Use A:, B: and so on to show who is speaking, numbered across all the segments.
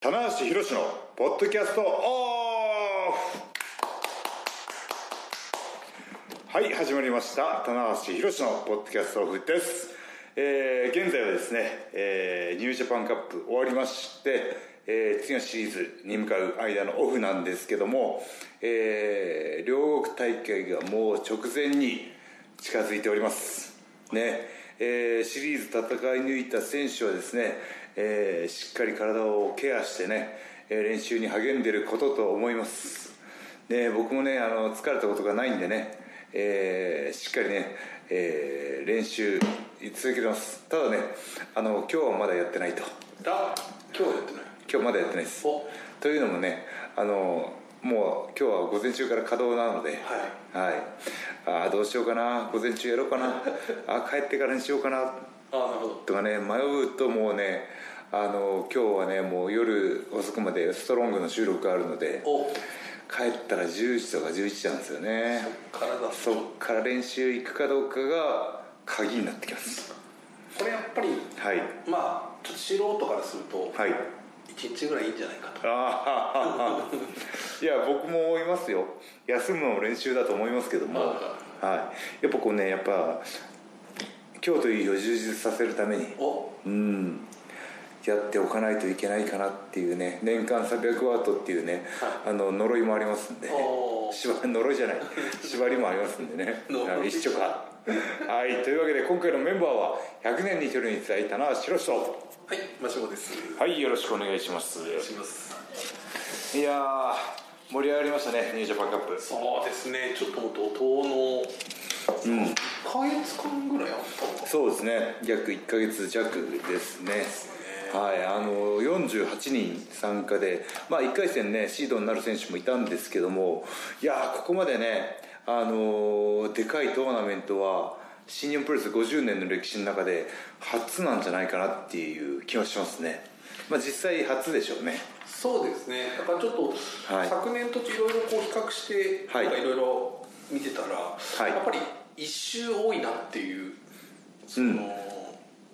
A: 棚橋宏のポッドキャストオフはい始まりました棚橋宏のポッドキャストオフです、えー現在はですね、えーニュージャパンカップ終わりまして、えー次のシリーズに向かう間のオフなんですけども、えー両国大会がもう直前に近づいておりますねえーシリーズ戦い抜いた選手はですね、えーしっかり体をケアしてね、えー練習に励んでいることと思いますね、僕もねあの疲れたことがないんでね、えーしっかりね、えー練習続けてますただねあの今日はまだやってないと
B: だ今日はやってない
A: 今日まだやってないです
B: お
A: というのもねあのもう今日は午前中から稼働なので、はいああどうしようかな午前中やろうか なあ帰ってからにしようかな
B: ああなるほど
A: とかね迷うともうねあの今日はねもう夜遅くまでストロングの収録があるので
B: お
A: 帰ったら10時とか11時なんですよね
B: 体
A: そっから練習行くかどうかが鍵になってきます
B: これやっぱり
A: はい
B: まあちょっと素人からすると
A: はい
B: 1日ぐらいいいんじゃないかと
A: ああいや僕も思いますよ休むのも練習だと思いますけども、
B: はい
A: はい、やっぱこうねやっぱ今日という日を充実させるために
B: お
A: うんやっておかないといけないかなっていうね年間300ワートっていうね、あの呪いもありますんで
B: おー
A: 縛呪いじゃない縛りもありますんでね
B: 呪い
A: 一緒かはいというわけで今回のメンバーは100年に一人に伝えたのは白人
B: はいマシモです
A: はいよろしくお願いします
B: します
A: いやー盛り上がりましたねニュージャパンカップ
B: そうですねちょっともう怒涛の1ヶ月間ぐらいあったのか
A: そうですね約1ヶ月弱ですねはいあの48人参加で、まあ、1回戦ねシードになる選手もいたんですけどもいやーここまでねあのーでかいトーナメントは新日本プロレス50年の歴史の中で初なんじゃないかなっていう気はしますねまあ実際初でしょうね
B: そうですねだからちょっと、
A: はい
B: 昨年といろいろこう比較して、
A: はい
B: なんかいろいろ見てたら、
A: い
B: やっぱり一周多いなっていうその、
A: うん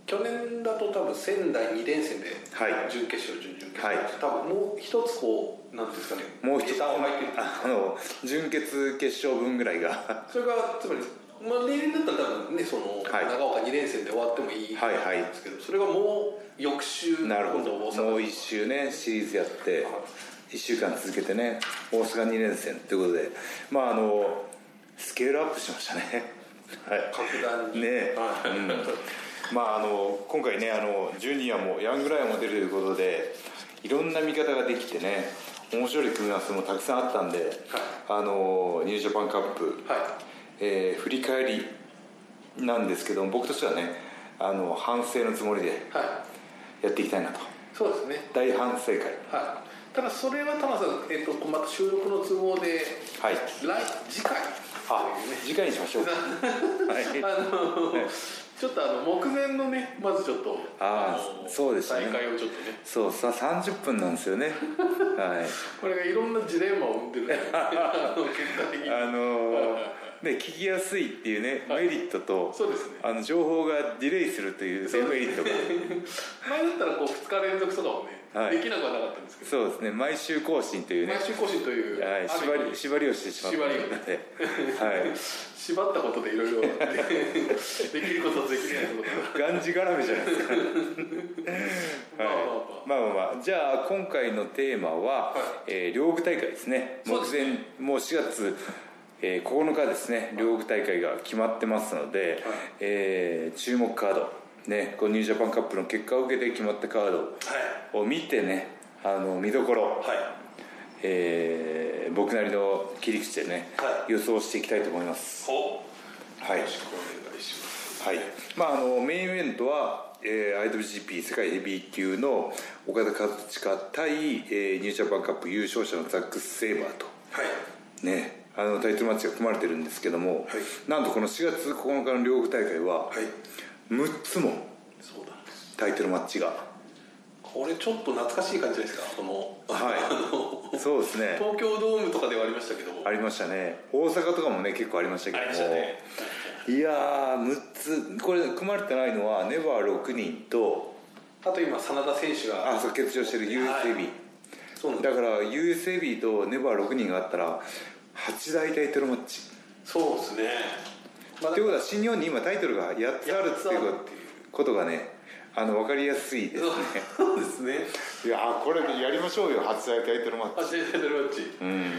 B: 去年だと多分仙台2連戦で
A: はい
B: 準決勝、準々決
A: はい
B: 勝、多分もう一つこうなんていうんですかね
A: もう一つ
B: 下駄を履いてる
A: あの準決決勝分ぐらいが
B: それがつまり、まあ、例年だったら多分ねその、
A: はい
B: 長岡2連戦で終わってもいいん
A: はいはい
B: ですけど、それがもう翌週
A: なるほど
B: 今度大阪
A: もう1周ねシリーズやって
B: はい
A: 1週間続けてね大阪2連戦ということでまああのスケールアップしましたねはい
B: 格段に
A: ねえ
B: はい
A: まああの今回ねあのジュニアもヤングライオンも出るということでいろんな見方ができてね面白い組み合わせもたくさんあったんで、あのニュージャパンカップ
B: はい
A: えー振り返りなんですけども僕としてはねあの反省のつもりで
B: はい
A: やっていきたいなと
B: そうですね、
A: 大反省会
B: はい、ただそれは田中さん、えっとまた収録の都合で
A: はい
B: 来次回
A: あ
B: と
A: 次回にしましょうはい
B: いうねあの、ちょっとあの目前のねまずちょっと
A: あー
B: の
A: そうですね
B: 大会をちょっとね
A: そうさ30分なんですよねはい
B: これがいろんなジレンマを生んでる んですよねあの結果的に
A: あのーね聞きやすいっていうねメリットと、
B: そうですね
A: あの情報がディレイするというデメリットが
B: 前だったらこう2日連続とかもね、
A: はい
B: できなくはなかったんですけど
A: そうですね毎週更新というね
B: 毎週更新という、
A: はい、
B: ある
A: 縛
B: 意
A: り
B: 味
A: 縛りをしてしまったので、はい、
B: 縛ったことでいろいろ できることとできないことが
A: がんじがらめじゃないですか、はい
B: ま
A: ま
B: あ
A: あまあまあじゃあ今回のテーマは、えー両国大会ですね目
B: そうです
A: 前もう4月、えー9日ですね両国大会が決まってますので、えー注目カードねこうニュージャパンカップの結果を受けて決まったカードを見てねあの見どころ、
B: はいはい
A: えー僕なりの切り口でね、
B: は
A: 予想していきたいと思います
B: お
A: はい
B: よろしくお願いします
A: はいまあ、あのメインイベントは、えー IWGP 世界ヘビー級の岡田和親対、えーニュージャパンカップ優勝者のザック・セイバーと、
B: はい
A: ね、あのタイトルマッチが組まれてるんですけども、
B: はい
A: なんとこの4月9日の両国大会は、
B: はい
A: 6つも
B: そうなんです
A: タイトルマッチが、は
B: これちょっと懐かしい感じじゃないですかこの
A: い、そうですね
B: 東京ドームとかではありましたけど
A: ありましたね大阪とかもね結構ありましたけども
B: ありましたね
A: いやー6つこれ組まれてないのはネバー6人と
B: あと今真田選手が
A: あそう欠場してる u s
B: はい
A: b
B: そうなんだ
A: だから USAB とネバー6人があったら8大タイトルマッチ
B: そうですね、まあ
A: ということは新日本に今タイトルが8つあるっていう
B: 8つあるっていう
A: ことがねあの分かりやすいです
B: そうですね
A: いやーこれやりましょうよ初大タイトルマッチ
B: 8大タイトルマッチ
A: うん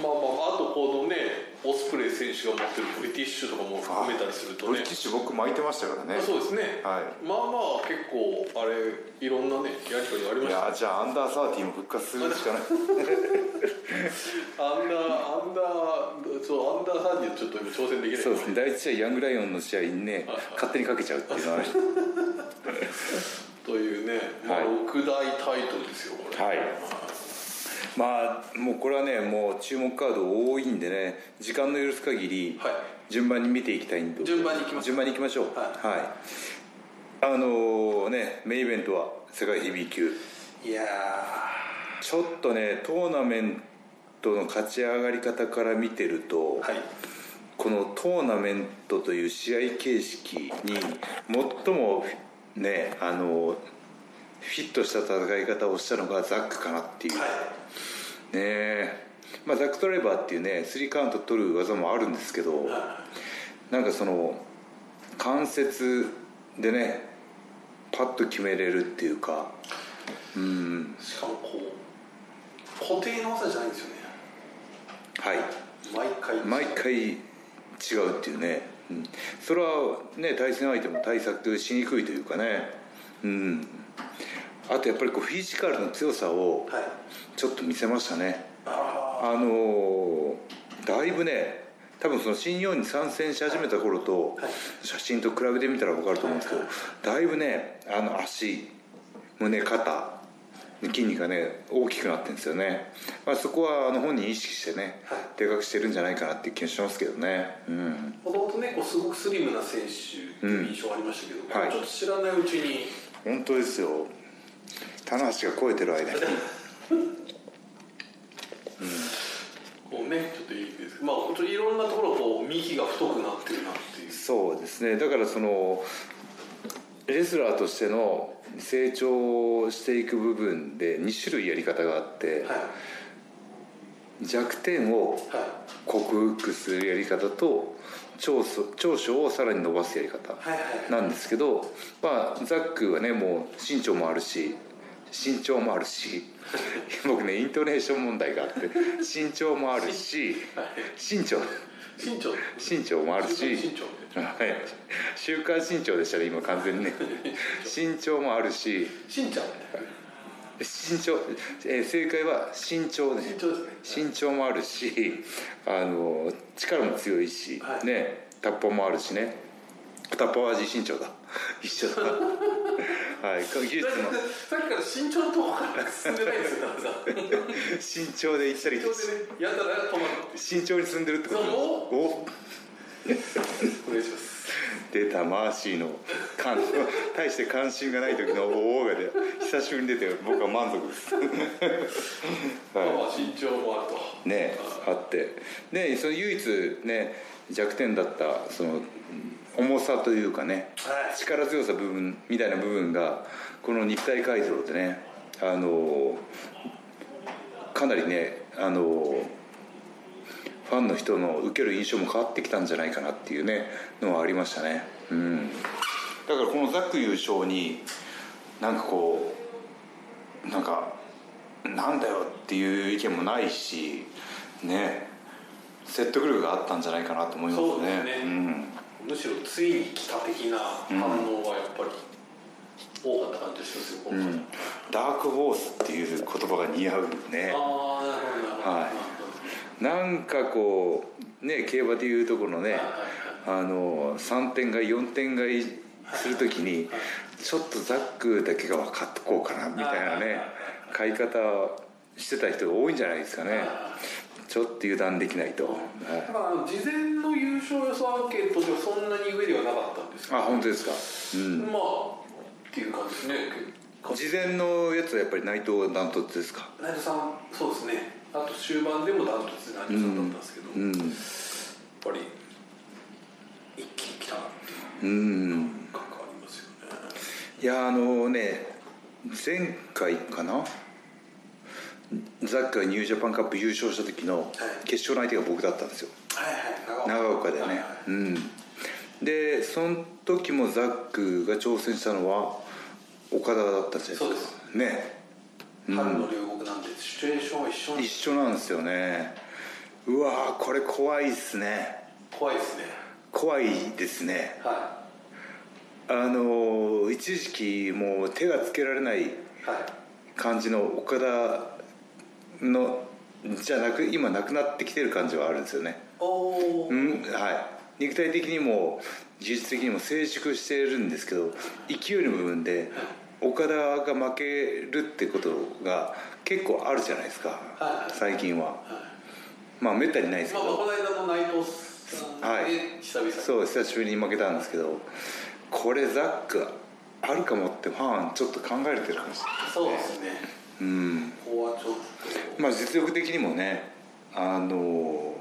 B: まあまああとこのねオスプレイ選手が持ってるブリティッシュとかも含めたりすると
A: ブリ
B: ね
A: ティッシュ僕巻いてましたからね
B: そうですね、
A: は
B: まあまあ結構あれいろんなねやり取りあり
A: い
B: ました
A: やーじゃあアンダーサーティも復活するしかない
B: アンダーアンダーそうアンダーサージちょっと今挑戦できない
A: そうですね第1試合ヤングライオンの試合にね勝手にかけちゃうっていうのはある
B: というね、まあ、
A: はい
B: 六大タイトルですよこ れ
A: はいまあもうこれはねもう注目カード多いんでね時間の許す限り
B: は
A: 順番に見ていきたいんで
B: 順番に行きます
A: 順番に行きましょう、
B: はい
A: あのーねメインイベントは世界ヘビー級
B: い、いや
A: ちょっとねトーナメントの勝ち上がり方から見てると、
B: ーはい
A: このトーナメントという試合形式に最もねあのフィットした戦い方をしたのがザックかなっていう、ねえまあ、ザックドライバーっていうねスリーカウント取る技もあるんですけど
B: は
A: なんかその関節でねパッと決めれるっていうかうん
B: いしかもこう固定の技じゃないんですよね
A: はい
B: 毎回
A: 毎回違うっていうね、うん、それはね対戦相手も対策しにくいというかねうんあとやっぱりこうフィジカルの強さを
B: はい
A: ちょっと見せましたね
B: あ
A: あのーだいぶね多分その新日本に参戦し始めた頃と
B: はい
A: 写真と比べてみたら分かると思うんですけどだいぶねあの足胸肩筋肉がね大きくなってるんですよね、まあ、そこはあの本人意識してね
B: はい
A: でかくしてるんじゃないかなっていう気がしますけどねうん
B: あもともとねこうすごくスリムな選手という印象ありましたけど、
A: はい
B: ちょっと知らないうちに
A: 本当ですよ棚橋が超えてる間に
B: こうねちょっといいですけどまあ本当にいろんなところこう幹が太くなってるなっていう
A: そうですねだからそのレスラーとしての成長していく部分で2種類やり方があって、
B: はい
A: 弱点を
B: は
A: 克服するやり方と長所長所をさらに伸ばすやり方
B: いはいはい
A: なんですけど、まあ、ザックはねもう身長もあるし身長もあるし僕ねイントネーション問題があって身長もあるし身長
B: 身長
A: 身長もあるし
B: 身長
A: はい週刊身長でしたね今完全にね身長もあるし
B: 身長
A: 身長、えー正解は身長ね
B: 身長ですね
A: 身長もあるしあの力も強いし、
B: はい
A: ねタッパーもあるしねタッパーは自身長だ 一緒だ はい技術
B: だってさっきから身長のとこから進んでないんですよ田中さん
A: も身長で行ったり
B: 身長でねやったら止まるって
A: 身長に進んでるってことです
B: そう
A: お
B: お願いします
A: 出たマーシーの 関対して関心がない時のおおがで久しぶりに出て僕は満足です はい
B: まあ身長もあると
A: ねあってでその唯一ね弱点だったその重さというかね
B: はい
A: 力強さ部分みたいな部分がこの肉体改造でねあのかなりねあのファンの人の受ける印象も変わってきたんじゃないかなっていうねのはありましたねうんだからこのザック優勝になんかこうなんかなんだよっていう意見もないしね説得力があったんじゃないかなと思いますね
B: そうですね
A: うん
B: むしろついに来た的な反応がやっぱり多かった感じがしますよ、今回
A: ダークホースっていう言葉が似合うね
B: ああなるほどなるほど、
A: はいなんかこうね競馬でいうところのねあの3点買い4点買いするときにちょっとザックだけが分かっとこうかなみたいなね買い方してた人が多いんじゃないですかねちょっと油断できないと、はい
B: だからあの事前の優勝予想アンケートではそんなに上ではなかったんですけ
A: あ本当ですか、う
B: ど、
A: ん、
B: まあっていう感じですね
A: 事前のやつはやっぱり内藤ダントツですか
B: 内藤さんそうですねあと終盤でもダントツで内藤さんだったんですけど、
A: う
B: やっ
A: ん
B: ぱり一気に来たなっていう
A: うん
B: 感覚ありますよね
A: いやあのね前回かなザックがニュージャパンカップ優勝した時の決勝の相手が僕だったんですよ
B: はいはい
A: 長岡だよ
B: はい
A: ね
B: はい
A: うんでその時もザックが挑戦したのは岡田だったんじゃない
B: そう
A: で
B: です
A: すかね
B: 春の両国なんでシチュエーションは一緒に
A: 一緒なんですよねうわーこれ怖いっすね
B: 怖いですね
A: 怖いですね
B: は
A: あのー一時期もう手がつけられない
B: いはい
A: 感じの岡田のじゃなく今なくなってきてる感じはあるんですよね
B: おお、
A: うんはい肉体的にも技術的にも成熟しているんですけど勢いの部分で岡田が負けるってことが結構あるじゃないですか
B: はい
A: 最近はまあめったにないですけ
B: まあ、
A: ど
B: まあこの間の内藤さんで、
A: はい
B: 久々に
A: そう久しぶりに負けたんですけどこれザックあるかもってファンちょっと考えれてるかもしれない
B: そうですね
A: うん
B: ここはちょっと
A: まあ実力的にもねあの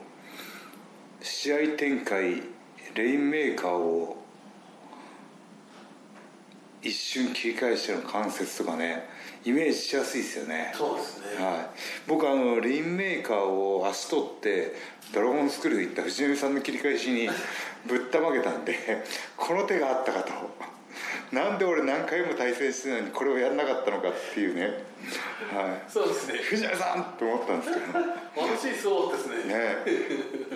A: 試合展開レインメーカーを一瞬切り返しての関節とかねイメージしやすいですよね
B: そうですね
A: はい、僕あのレインメーカーを足取ってドラゴンスクール行った藤波さんの切り返しにぶったまげたんで この手があったかとなんで俺何回も対戦してるのにこれをやらなかったのかっていうね、はい、
B: そうですね
A: 藤波さんと思ったんですけど
B: 私そうですね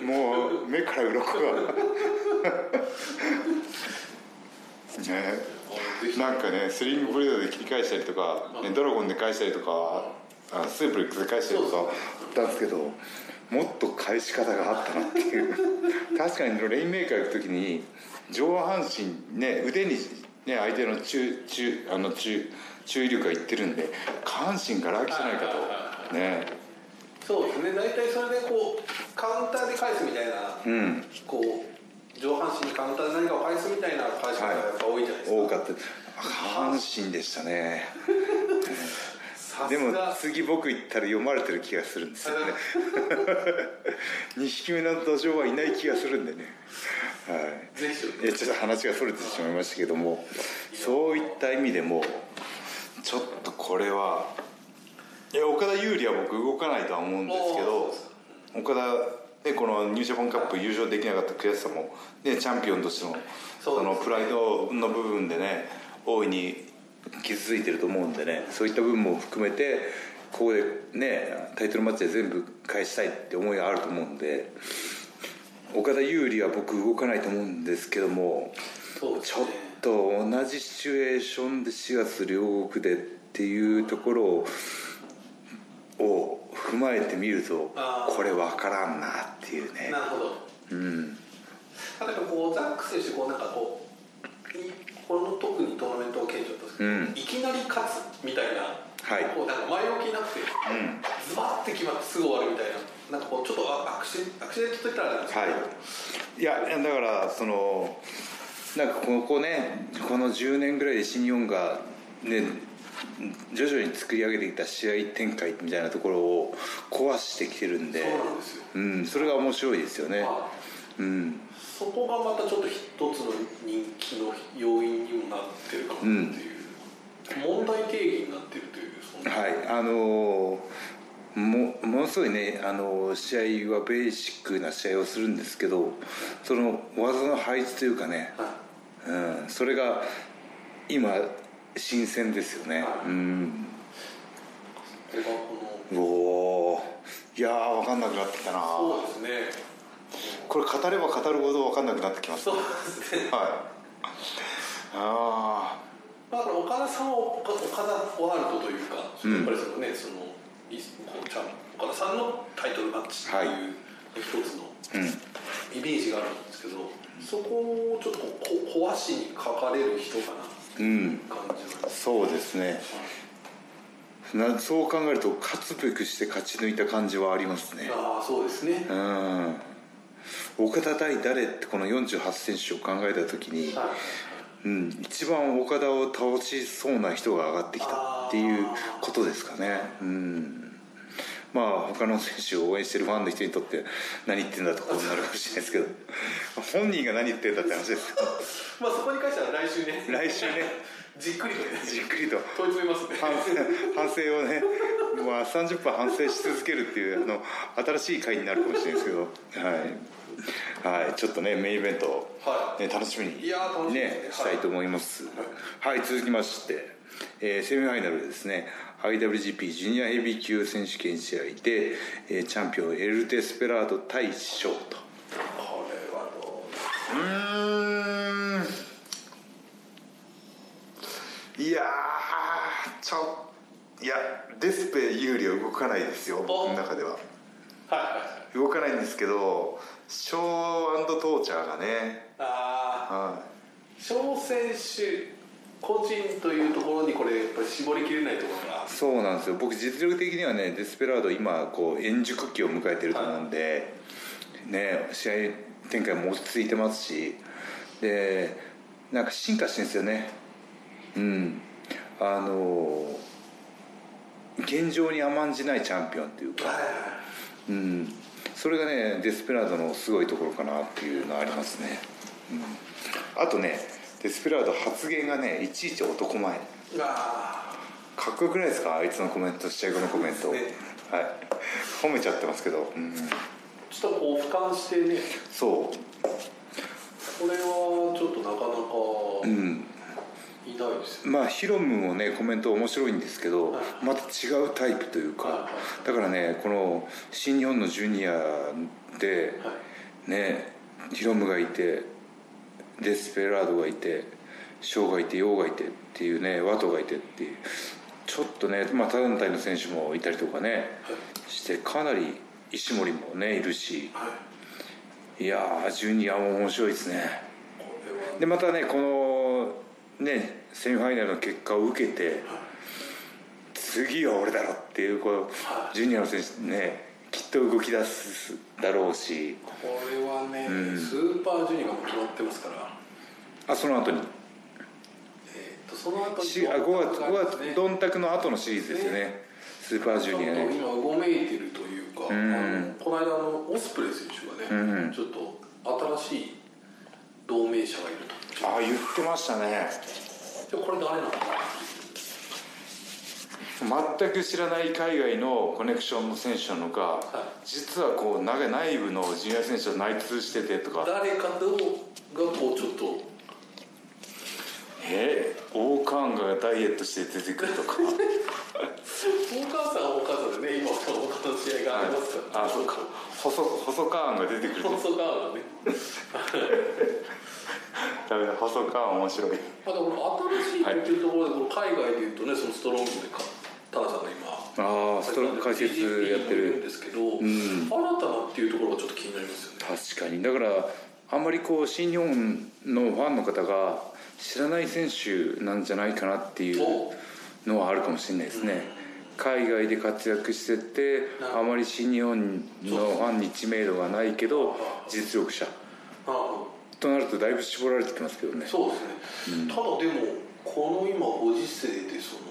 A: ねもう目から鱗がね
B: あぜひ
A: なんかねスリングブレードで切り返したりとか、ね、ドラゴンで返したりとかあスープレックスで返したりとかあったんですけどもっと返し方があったなっていう 確かにレインメーカー行く時に上半身ね腕にね相手の中中あの中注意力がいってるんで下半身がら空きじゃないかとね
B: そうですね大体それでこうカウンターで返すみたいな、
A: うん
B: こう上半身にカウンターで何かを返すみたいな返し方がやっぱ多いじゃないですか、
A: 多かった下半身でしたね
B: さ
A: ですも
B: が
A: 次僕行ったら読まれてる気がするん ですよね2匹目の土壌はいない気がするんでね、はい
B: ぜひ
A: え、ちょっと話がそれてしまいましたけどもそういった意味でもちょっとこれはいや岡田優里は僕動かないとは思うんですけ
B: おーそう
A: ど
B: です
A: 岡田でこのニュージャパンカップ優勝できなかった悔しさも、ね、チャンピオンとしての
B: そう
A: そ
B: です
A: のプライドの部分でね大いに傷ついてると思うんでねそういった部分も含めてここでねタイトルマッチで全部返したいって思いがあると思うんで岡田優里は僕動かないと思うんですけども
B: そうで
A: ち
B: す
A: ょっ
B: ね
A: と同じシチュエーションで4月両国でっていうところをを踏まえてみると
B: あー
A: これ分からんなっていうね
B: なるほど
A: うん
B: なんかこうザック選手こうなんかこういこの特にトーナメント経験だったんですけど、
A: うん
B: いきなり勝つみたいな、
A: はい
B: こうなんか前置きなくて、
A: ん
B: ズバッて決まってすぐ終わるみたいななんかこうちょっとあアクシデンアクシデントといったらあれなんですけど、
A: はいいやだからそのなんかここねこの10年ぐらいで新日本がね徐々に作り上げてきた試合展開みたいなところを壊してきてるんで
B: そうなんですよ
A: うん、それが面白いですよね、
B: まあ
A: うん
B: そこがまたちょっと一つの人気の要因にもなってるかもっていう、問題定義になってるというそんな
A: はいあのーもものすごいね、あのー試合はベーシックな試合をするんですけどその技の配置というかね、
B: は
A: うん、それが今新鮮ですよね、
B: は
A: う
B: い
A: ん
B: いこれがこ
A: うおーいやー分かんなくなってきたな
B: のそうですね
A: これ語れば語るほど分かんなくなってきます
B: そ
A: はいう
B: ですね
A: あ
B: だから岡田さんは岡岡田ワールドというか、
A: ん
B: やっぱりそのねそのリスこうちゃん岡田さんのタイトルマッチって
A: はい
B: いう一つの
A: あうん
B: イメージがあるんですけど、そこをちょっとこうこ壊しにかかれる人かなって
A: うん
B: 感じなんです
A: そうですねなそう考えると勝つべくして勝ち抜いた感じはありますね
B: ああそうですね、
A: うん岡田対誰ってこの48選手を考えた時に、
B: は
A: う
B: い
A: ん、一番岡田を倒しそうな人が上がってきたっていうことですかね、うん、まあ他の選手を応援してるファンの人にとって何言ってんだとこうなるかもしれないですけど本人が何言ってんだって話ですよ
B: まあそこに関しては来週ね
A: 来週ね
B: じっくりとね
A: じっくりと
B: 問い詰めますね
A: 反省反省をね、まあ、 30分反省し続けるっていうあの新しい回になるかもしれないですけど、はいはい、ちょっとねメインイベント、
B: はい
A: ね、楽しみに、
B: いやー楽しみです
A: ね
B: ねはい
A: したいと思います、はい続きまして、えーセミファイナルですね IWGP ジュニアヘビー級選手権試合で、えーチャンピオンエル・デスペラード対ショーと
B: これはどう
A: うーんいやーちょいやデスペ有利は動かないですよ僕の中では
B: はいはいはい
A: 動かないんですけどショートーチャーがね
B: ああ
A: は
B: 小選手個人というところにこれやっぱり絞りきれないところが
A: いそうなんですよ僕実力的にはねデスペラード今こう円熟期を迎えてると思うんで、ね試合展開も落ち着いてますしでなんか進化してるんですよねうんあの現状に甘んじないチャンピオンというか、うん、それがねデスペラードのすごいところかなっていうのはありますね、うん、あとねデスペラード発言がねいちいち男前
B: あ
A: かっこよくないですかあいつのコメント試合後のコメント、
B: そう
A: はい
B: ですね
A: 褒めちゃってますけど、うん、
B: ーちょっとこう俯瞰してね
A: そ
B: これはちょっとなかなか
A: ううん
B: いないですよ
A: まあヒロムもねコメント面白いんですけど
B: はい
A: また違うタイプというか
B: は
A: だからねこの新日本のジュニアで
B: はい
A: ねヒロムがいてデスペラードがいてショーがいてヨウがいてっていうねワトがいてっていうちょっとねまあ他団体の選手もいたりとかねしてかなり石森もねいるし
B: はい
A: いやージュニアも面白いですね
B: これは
A: でまたねこのねセミファイナルの結果を受けて次は俺だろっていうこうジュニアの選手ねきっと動き出すだろうし
B: これはね、スーパージュニアがもう決まってますから、
A: あその後に
B: えー、とその後に
A: しあ5月五月ド
B: ど
A: ンタクの後のシリーズですよねスーパージュニア
B: ちょっと
A: ね
B: 今うごめいてるというか、あのこの間あのオスプレイ選手がね、ちょっと新しい同盟者がいる
A: あ言ってましたね
B: とでこれ誰なのかな
A: 全く知らない海外のコネクションの選手なのか、実はこうな内部のジュニア選手と内通しててとか
B: 誰かとがこうちょっと
A: えー、王冠がダイエットして出てくるとか
B: お母さんはお母さんでね今他の試合がありますから、
A: あそうか細細カーンが出てくる
B: 細川がね
A: ダメだ細カーン面白い
B: まあでもこの新しいっていうところで、この海外でいうとねそのストロングでかタナさんが今
A: ああストロング解説やって
B: ん
A: る
B: ですけど、新たなっていうところがちょっと気になりますよね
A: 確かにだからあんまりこう新日本のファンの方が知らない選手なんじゃないかなっていうのはあるかもしれないですね、海外で活躍してて
B: なるほ
A: あまり新日本のファンに知名度がないけど実力者
B: なるほ
A: となるとだいぶ絞られてきますけどね
B: どそうですね、ただでもこの今ご時世でそのね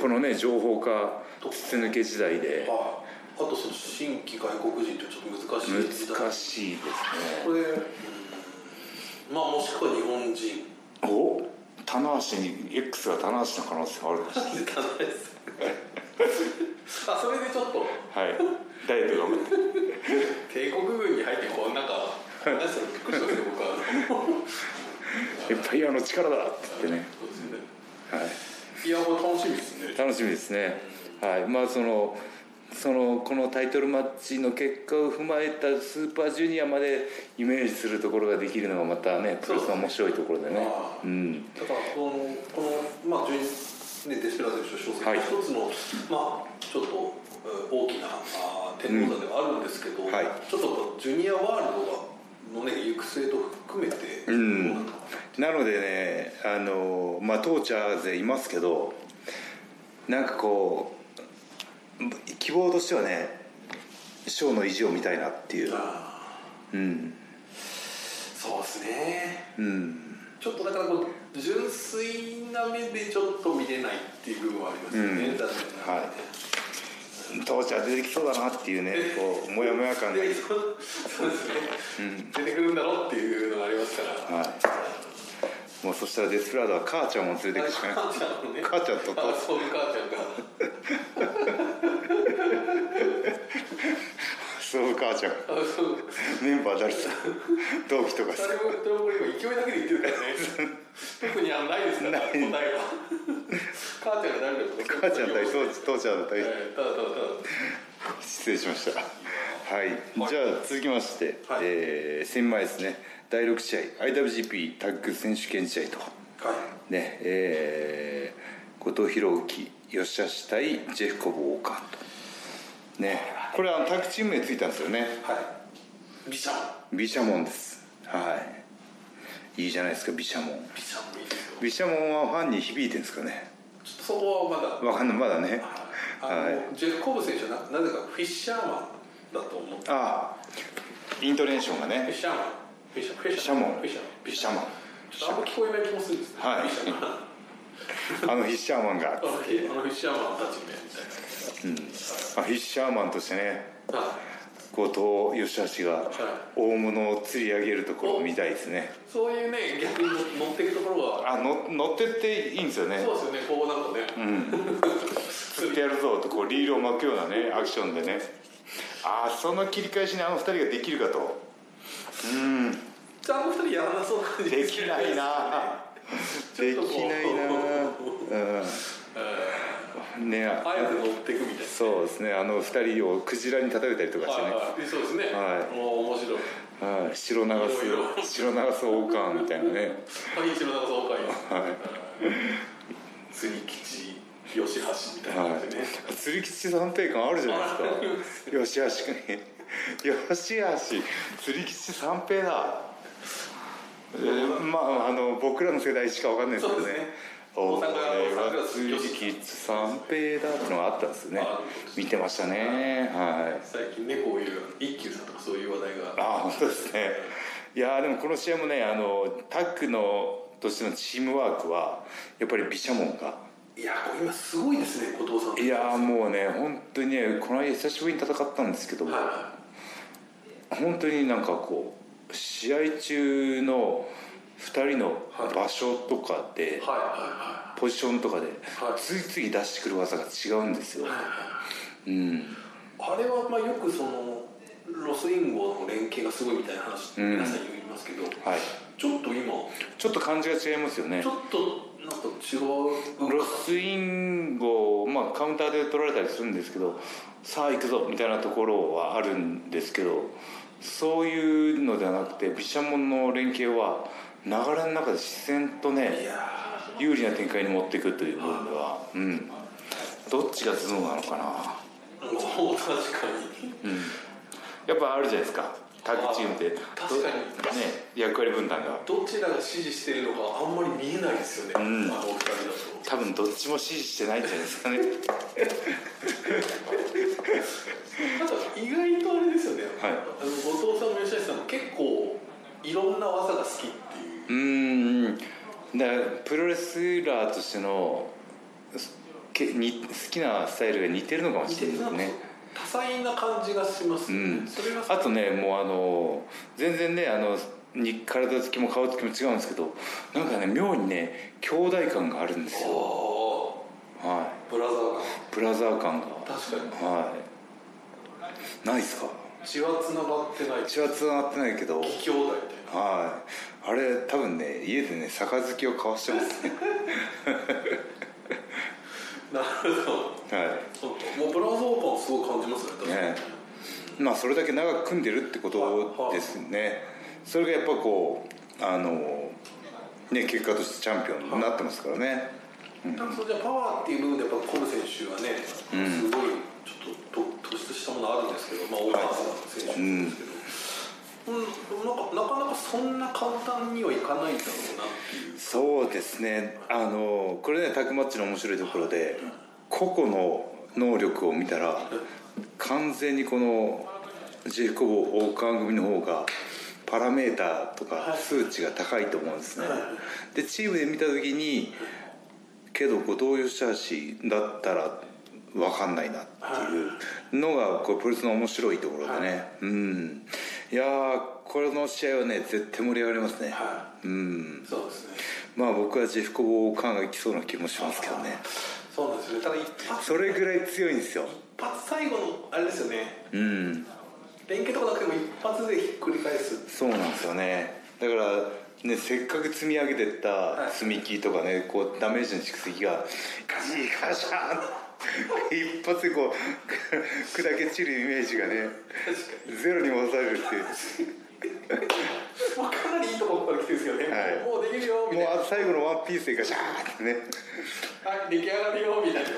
A: このね情報化筒抜け時代で
B: はいあとその新規外国人ってちょっと難しい時代
A: 難しいですね
B: これ、うんまあもしくは日本人
A: お棚橋に X が棚橋の可能性があるかもしれない
B: いかないです あそれでちょっと
A: はいダイエット頑張って
B: 帝国軍に入ってこんなかこんな人びっくりしたんですよ 僕は
A: いっぱいあの力だって言ってね、
B: そうですね
A: はい
B: やもう楽しみですね
A: い、楽しみですね、はい、まあそのそのこのタイトルマッチの結果を踏まえたスーパージュニアまでイメージするところができるのがまたねプロレスの面白いところでね
B: ああ
A: うん
B: だからこのこのまあ順ねデスペラード選手の
A: はい
B: 小説の一つの、まあちょっとえー大きなあー展望座ではあるんですけど、
A: はい
B: ちょっとこうジュニアワールドがのね行く末と含めて、
A: ん
B: どなのか
A: なのでねあのまあ当チャー勢いますけどなんかこう希望としてはねショーの意地を見たいなっていう
B: あ
A: うん
B: ーそうですね。
A: うん
B: ちょっとだからこう純粋な目でちょっと見れないっていう部分はありますよね。
A: うん
B: 確かに
A: はい当チャー出てきそうだなっていうねこうモヤモヤ感が
B: でそうそうですね、出てくるんだろうっていうのがありますから。
A: はい、もうそしたらデスプラードは母ちゃんを連れていくしかない
B: 母ちゃんのね
A: 母ちゃんと
B: あそういう母ちゃんが
A: 母ちゃん
B: あそう
A: メンバー誰さ同期とかさ
B: 誰も誰もこれ今勢いだけで言ってるからね特にあのないですから答えは母ちゃんが誰だと
A: 母ちゃん対
B: そう
A: 父父ちゃん対
B: ただただ
A: 失礼しましたはい、
B: はい
A: じゃあ続きまして、
B: はい
A: えー先前ですね第6試合 IWGP タッグ選手権試合と
B: ただはい
A: ねえー後藤弘之吉橋対ジェフコブ・ウォーカーとねこれあのタッグチーム名ついたんですよね
B: はいビシャン
A: ビシャモンですはいいいじゃないですかビシャモン
B: ビシャンもいいですよ
A: ビシャモンはファンに響いてるんですかね
B: ちょっとそこはまだ
A: わかんないまだね
B: あの、ジェフ・コブ選手はななぜかフィッシャーマンだと思って
A: ああイントネーションが
B: フィッ
A: ね
B: シャーマンフィッシャーフィッ
A: シャモン
B: フィッシャーマン
A: ビシャモン
B: ちょっとあんま聞こえない気もするんですね
A: はい
B: フィッシャー
A: あ
B: マン
A: のフィッシャーマンが
B: あのフィあのフィッシャーマンたちみたい
A: あ
B: な
A: フィッシャーマンとしてね
B: はいはい
A: 後藤義橋が大物を釣り上げるところを見たいですね
B: そういうね逆に乗っていくところは
A: あの乗ってっていいんですよね
B: そうですよねこうなんかね、
A: 釣ってやるぞとこうリールを巻くようなねアクションでねああその切り返しにあの二人ができるかと
B: じゃああの二人やらなそうな感じ
A: できないなできないなうんね
B: あえて乗っていくみたいな
A: そうですねあの二人をクジラに叩いたりとかしてね
B: はいはいそうですね、
A: は
B: もう面白い
A: はい、白流
B: いろいろ
A: す白流す王冠みたいなね
B: 萩城長さおかい
A: はい
B: 釣り吉吉橋みたいな
A: は
B: 感じでね、
A: い、釣り吉三平感あるじゃないですか吉橋君吉橋釣り吉三平だえーまああの僕らの世代しかわかんないですけどね
B: そうですね
A: お前
B: 大阪の
A: は釣り
B: 桜吉
A: 吉三平だってのがあったんですよね
B: あ
A: 見てましたねはい
B: 最近ねこういう一休さんとかそういう話題が
A: ああ本当ですねいやーでもこの試合もねあのタッグのとしてのチームワークはやっぱりビシャモンが
B: いやこれ今すごいですね後藤さん
A: いやーもうね本当にねこの間久しぶりに戦ったんですけども、
B: はいは
A: 本当になんかこう試合中の2人の場所とかで、
B: いはいは
A: ポジションとかで、
B: はい
A: 次々出してくる技が違うんですよ、うん
B: いはいあれはまあよくそのロスインゴの連携がすごいみたいな話って
A: うん
B: 皆さん言いますけど、
A: はい、
B: ちょっと今
A: ちょっと感じが違いますよね
B: ちょっとなんか違う
A: ロスインゴを、まあ、カウンターで取られたりするんですけどさあ行くぞみたいなところはあるんですけどそういうのではなくて毘沙門の連携は流れの中で自然と
B: い
A: ね
B: やー
A: 有利な展開に持っていくという部分では、うん、どっちが頭脳なのかな
B: もう確かに
A: やっぱあるじゃないですかタッグチームってど
B: 確かに
A: ね役割分担が
B: どちらが支持しているのかあんまり見えないですよね、
A: ん
B: あのお二人だと
A: 多分どっちも支持してないんじゃないですか ね
B: なんか意外とあれですよね、
A: はい
B: あの後藤さんも吉橋さんも結構いろんな技が好きってい
A: う
B: う
A: ーんだからプロレスラーとしてのすけに好きなスタイルが似てるのかもしれないですね
B: 多彩な感じがしますね、
A: うん
B: それが
A: あとねもうあの全然ねあのに体つきも顔つきも違うんですけどなんかね妙にね兄弟感があるんですよ
B: お
A: は
B: ーブラザー
A: いブラザー感が
B: が確かに
A: はいないですか
B: 血はつながってない
A: 血はつながってないけど
B: 義兄弟みたい
A: はいあれ多分ね家でね杯を交わしてますね
B: ななるほど
A: はい
B: そうもうブラザー感すごい感じますね確かに
A: ねまあそれだけ長く組んでるってことですねそれがやっぱこうあのね結果としてチャンピオンになってますからね
B: なんかそれじゃあパワーっていう部分でやっぱコブ選手はね、すごいちょっとと突出したものあるんですけど、まあ、オーバース選手なんですけど、うんなんかなかなかそんな簡単にはいかないんだろうなっていう
A: そうですねあのこれねタッグマッチの面白いところで個々の能力を見たら完全にこのジェフコボ王冠組の方がパラメーターとか数値が高いと思うんですねでチームで見た時にけど後藤義橋だったら分かんないなっていうのがこれプロレスの面白いところでねうんいやーこれの試合はね絶対盛り上がりますね
B: はい
A: うん
B: そうですね
A: まあ僕はジェフコボ王冠がいきそうな気もしますけどね
B: そうなんですよねただ一発
A: それぐらい強いんですよ
B: 一発最後のあれですよね
A: うん
B: 連携とかなくても一発でひっくり返す
A: そうなんですよねだからねせっかく積み上げてった
B: い
A: 積み木とかねこうダメージの蓄積がガシガシャン一発でこう砕け散るイメージがね
B: 確か
A: ゼロに戻されるっていう
B: にもうかなりいいところから来てるんですよね、
A: はい
B: もうできるよみ
A: も
B: た
A: う
B: いな
A: あと最後のワンピースでガシャーンってね
B: はい出来上がるよみたいな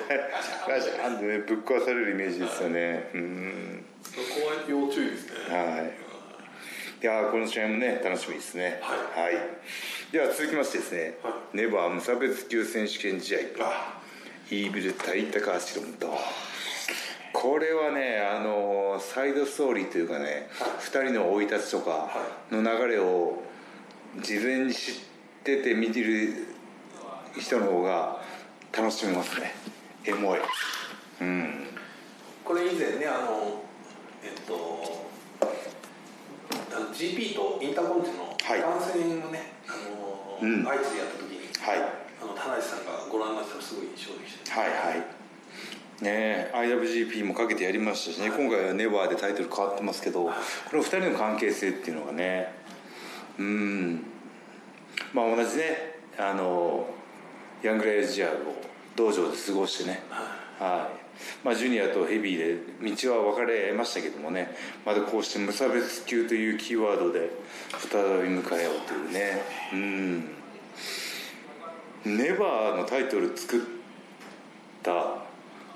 A: ガシャーンってねぶっ壊されるイメージですよねうん
B: そこは要注意ですね
A: はいいやーこの試合もね楽しみですね、
B: はい
A: では続きましてですね、
B: は
A: ネバー無差別級選手権試合
B: あ
A: イービル対高橋ロムとこれはねあのーサイドストーリーというかね、二2人の生い立ちとかの流れを事前に知ってて見てる人の方が楽しめますねエモいうん
B: これ以前ねあのえっとあの GP とインターコンチの
A: はい
B: 観戦をね、あの
A: うん
B: 愛知でやった時に
A: はい
B: あの田無さんがご覧になってたのすごい印象でした
A: はいはいねえ IWGP もかけてやりましたしね今回はネバーでタイトル変わってますけどこの2人の関係性っていうのがねうんまあ同じねあのヤングレイジアを道場で過ごしてねはいまあ、ジュニアとヘビーで道は分かれましたけどもねまだこうして無差別級というキーワードで再び向かい合うというねうんネバーのタイトル作った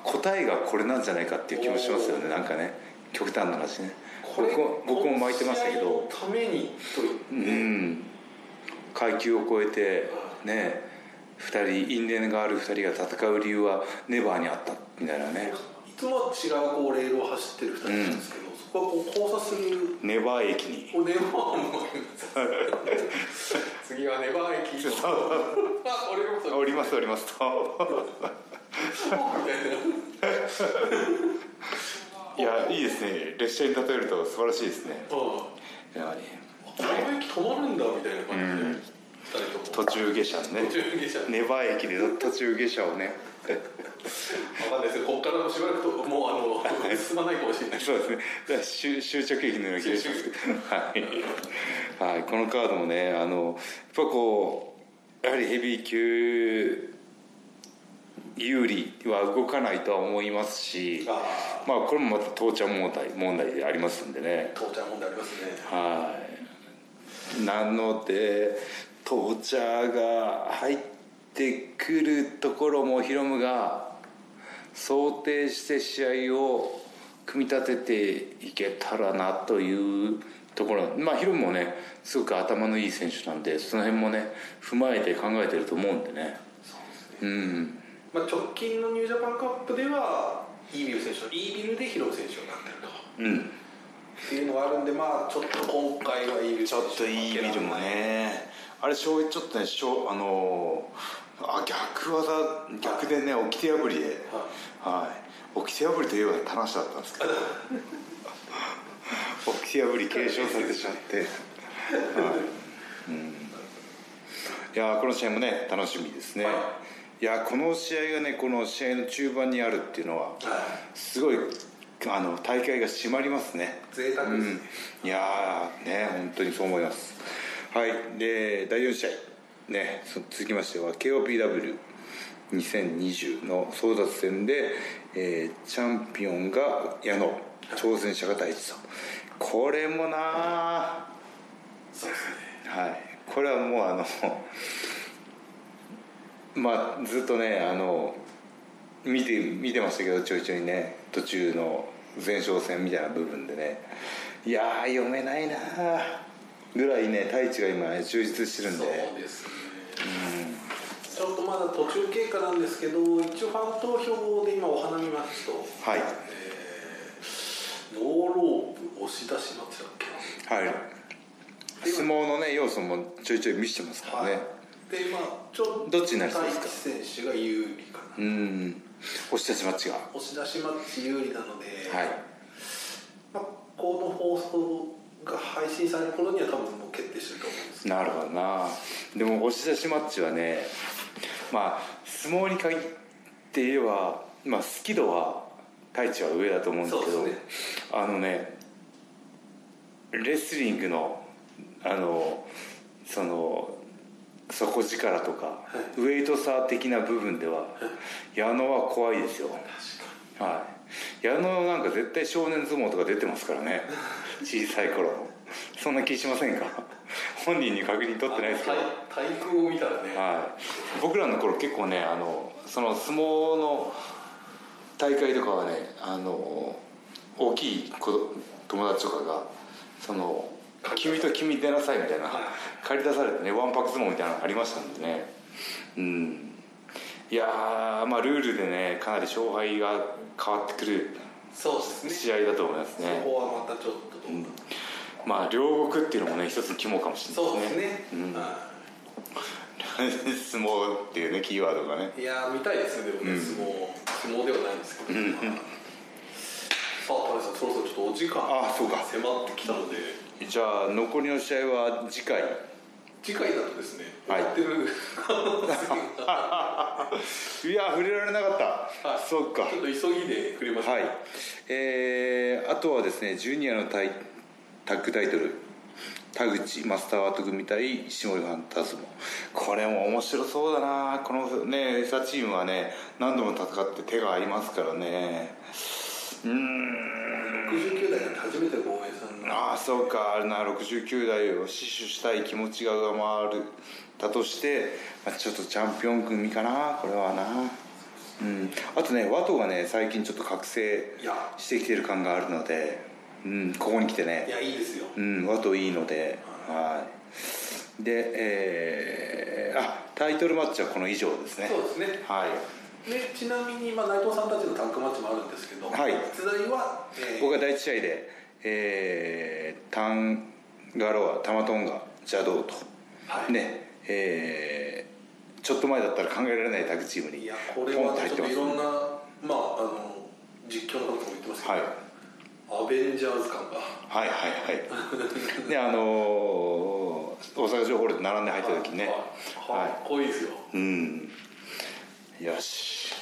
A: 答えがこれなんじゃないかっていう気もしますよねなんかね極端な話ね
B: これ
A: 僕も僕も巻いてましたけど
B: この試合のためにと
A: う
B: 言って、
A: ん階級を超えてね二人因縁がある2人が戦う理由はネバーにあったみたいなね
B: いつもは違うこうレールを走ってる2人なんですけど、そこはこう交差する
A: ネバー駅に
B: おネバーも次はネバー 駅
A: そう
B: あ俺もそれ
A: おりますおりますといやいいですね列車に例えると素晴らしいですね
B: う
A: やはり
B: んあの駅止まるんだみたいな感じで、二人とも
A: 途中下車ね
B: 途中下車
A: ネバー駅で途中下車をね
B: わかんないですけどこっからもしばらくともうあの進まないかもしれない
A: そうですねだから終終着駅のような気がしますけどはい、はい、このカードもねあのやっぱこうやはりヘビー級有利は動かないとは思いますし
B: あ
A: まあこれもまた父ちゃん問題問題でありますんでね
B: あ父ちゃん問題ありますね
A: はい、なのでトーチャーが入ってくるところもヒロムが想定して試合を組み立てていけたらなというところまあヒロムもねすごく頭のいい選手なんでその辺もね踏まえて考えてると思うんでねうん
B: まあ、直近のニュージャパンカップではイービル選手のイービルでヒロム選手になってると
A: うん
B: っていうのがあるんでまあちょっと今回はイービル
A: ちょっといいビルもねあれ勝ちょっとね勝あのーあ逆技逆でね起き手破りではい、起き手破りといえば田無だったんですけど 起き手破り継承されてしまって、はいうん、いやーこの試合もね楽しみですね、
B: はい
A: い、やーこの試合がねこの試合の中盤にあるっていうのはすごいあの大会が締まりますね
B: 贅沢ですね
A: うん、いやーね本当にそう思いますはいで第4試合ねそ続きましては KOPW2020 の争奪戦で、えーチャンピオンが矢野挑戦者が大地とこれもなあ
B: そうですね
A: はい、これはもうあのまあずっとねあの見て見てましたけどちょいちょいね途中の前哨戦みたいな部分でねいやー読めないなーぐらいね太一が今、ね、充実してるんで
B: そうですね、ちょっとまだ途中経過なんですけど一応ファン投票で今お花見マッチと、
A: はい
B: えー、ノーロープ押し出しマッチだっけ
A: はい相撲のね要素もちょいちょい見せてますからね、
B: でまあちょっと
A: どっちになりそうですか
B: 大地選手が有利かな
A: うん押し出しマッチがは
B: 押し出しマッチ有利なので、
A: い
B: まあ、この放送が配信される頃には多分もう決定してると思うんですけ
A: なるほどなでも押し出しマッチはねまあ相撲に限って言えば、まあ、好き度は太一は上だと思うんですけど
B: そうです
A: あのねレスリングのあのその底力とか、ウェイト差的な部分では、矢野は怖いですよはい矢野なんか絶対少年相撲とか出てますからね小さい頃そんな気しませんか 本人に確認取ってないですけど
B: 体体育を見たらね
A: はい、僕らの頃結構ねあのその相撲の大会とかはねあの大きい子友達とかがその「君と君出なさい」みたいな借り出されてねわんぱく相撲みたいなのありましたんでねうんいやーまあルールでねかなり勝敗が変わってくる
B: そうですね
A: 試合だと思います
B: そ
A: ね
B: こはまたちょっと、
A: まあ両国っていうのもね一つ肝かもしれ
B: そう
A: ない
B: です
A: です
B: ね
A: ね
B: は
A: 相撲っていうねキーワードがね
B: いいやー見たいですねでもね、相撲相撲ではないんですけど、はいさあ田辺さんそろそろちょっとお時間
A: あそうか
B: 迫ってきたので
A: じゃあ残りの試合は次回
B: 次回だとですね、
A: はい
B: やってる 可能性が
A: いや触れられなかった、
B: はい
A: そっか
B: ちょっと急ぎでくれましょう
A: はいえーあとはですねジュニアのタイタッグタイトル田口マスターワート組対下井ファンタズモこれも面白そうだなこのね2チームはね何度も戦って手がありますからねうーん
B: 69代なんて初めての大江さんの
A: ああそうかあれな69代を死守したい気持ちが上回るだとして、まあ、ちょっとチャンピオン組かなこれはなうんあとねワトがね最近ちょっと覚醒
B: いや
A: してきてる感があるので、うん、ここに来てね
B: いやいいですよ
A: うん、和といいので、はい。で、えーあ、タイトルマッチはこの以上ですね。
B: そうですね
A: はい。
B: でちなみに、まあ、内藤さんたちのタッグマッチもあるんですけど、
A: はい
B: 出題は、えー
A: 僕が第一試合で、えータンガロア、タマトンガ、邪道と、
B: はい
A: ね、えーちょっと前だったら考えられないタッグチームに
B: いやこれ
A: ポン
B: は
A: と
B: ね
A: 入
B: ち
A: っ
B: ょ
A: ま
B: ってとい
A: す。
B: ろんな、まあ、あの実況の方も言ってますけど、
A: はい
B: アベンジャーズ感が
A: はいはいはい。で、あのー大阪城ホールで並んで入った時にね、
B: はいかっこいいですよ、
A: うんよし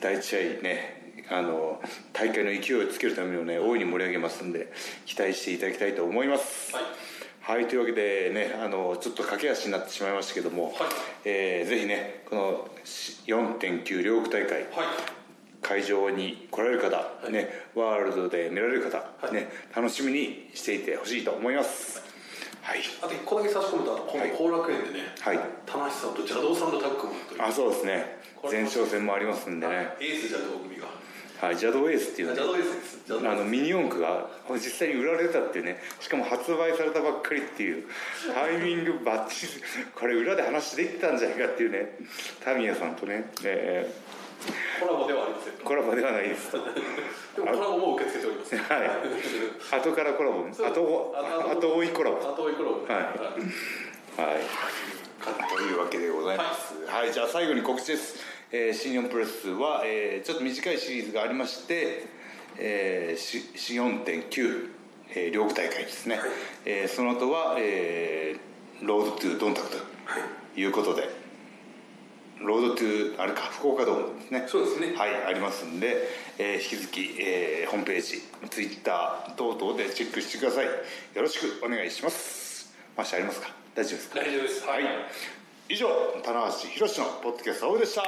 A: 第一試合ねあの大会の勢いをつけるためにもね大いに盛り上げますんで期待していただきたいと思います
B: はい
A: はいというわけでねあのちょっと駆け足になってしまいましたけども、えーぜひねこのし4.9両国大会
B: はい
A: 会場に来られる方、ね、ワールドで見られる方、ね、楽しみにしていてほしいと思いますはい
B: あと1個だけ差し込むとあの今度後楽園でね、
A: はい
B: 田無さんと邪道さんのタッグもという
A: あそうですね
B: これ
A: 前哨戦もありますんでね
B: エース邪道組が
A: はい、邪道エースっていうね
B: 邪道エースです邪道
A: あのミニ四駆が実際に売られたっていうねしかも発売されたばっかりって いうタイミングバッチリこれ裏で話できてたんじゃないかっていうねタミヤさんとね、え
B: コラボではありません
A: ーコラボではないですと
B: でもコラボも受け付けております
A: はい後からコラボ
B: そう
A: 後
B: あ
A: 後追いコラボは
B: 後追いコラボで
A: はい
B: はい
A: いというわけでございますはい、じゃあ最後に告知です、えー新日本プロレスは、えーちょっと短いシリーズがありまして、えー、し4.9、えー、両国大会ですね、えーその後は、えーロードトゥドンタクということで、ロードトゥあれか福岡ドームですね
B: そうですね
A: はいありますんで、えー引き続き、えーホームページツイッター等々でチェックしてくださいよろしくお願いしますマッシュありますか大丈夫ですか
B: 大丈夫です
A: はい以上棚橋宏のポッドキャストオフでした